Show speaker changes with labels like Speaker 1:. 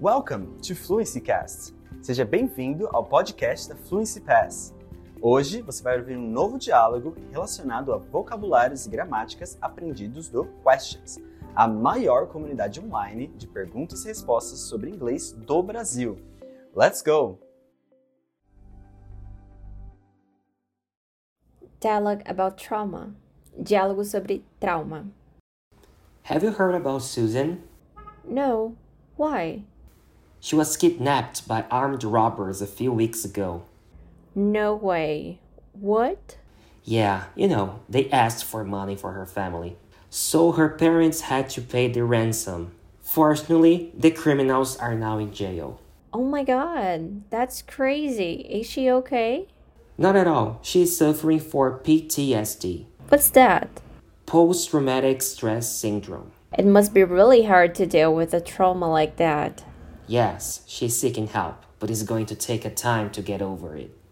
Speaker 1: Welcome to Fluency Cast. Seja bem-vindo ao podcast da Fluency Pass. Hoje você vai ouvir um novo diálogo relacionado a vocabulários e gramáticas aprendidos do Questions, a maior comunidade online de perguntas e respostas sobre inglês do Brasil. Let's go!
Speaker 2: Dialogue about trauma. Diálogo sobre trauma.
Speaker 3: Have you heard about Susan?
Speaker 2: No. Why?
Speaker 3: She was kidnapped by armed robbers a few weeks ago.
Speaker 2: No way. What?
Speaker 3: Yeah, you know, they asked for money for her family. So her parents had to pay the ransom. Fortunately, the criminals are now in jail.
Speaker 2: Oh my god. That's crazy. Is she okay?
Speaker 3: Not at all. She is suffering for PTSD,
Speaker 2: What's that?
Speaker 3: post traumatic stress syndrome.
Speaker 2: It must be really hard to deal with a trauma like that.
Speaker 3: Yes, she is seeking help, but is going to take a time to get over it.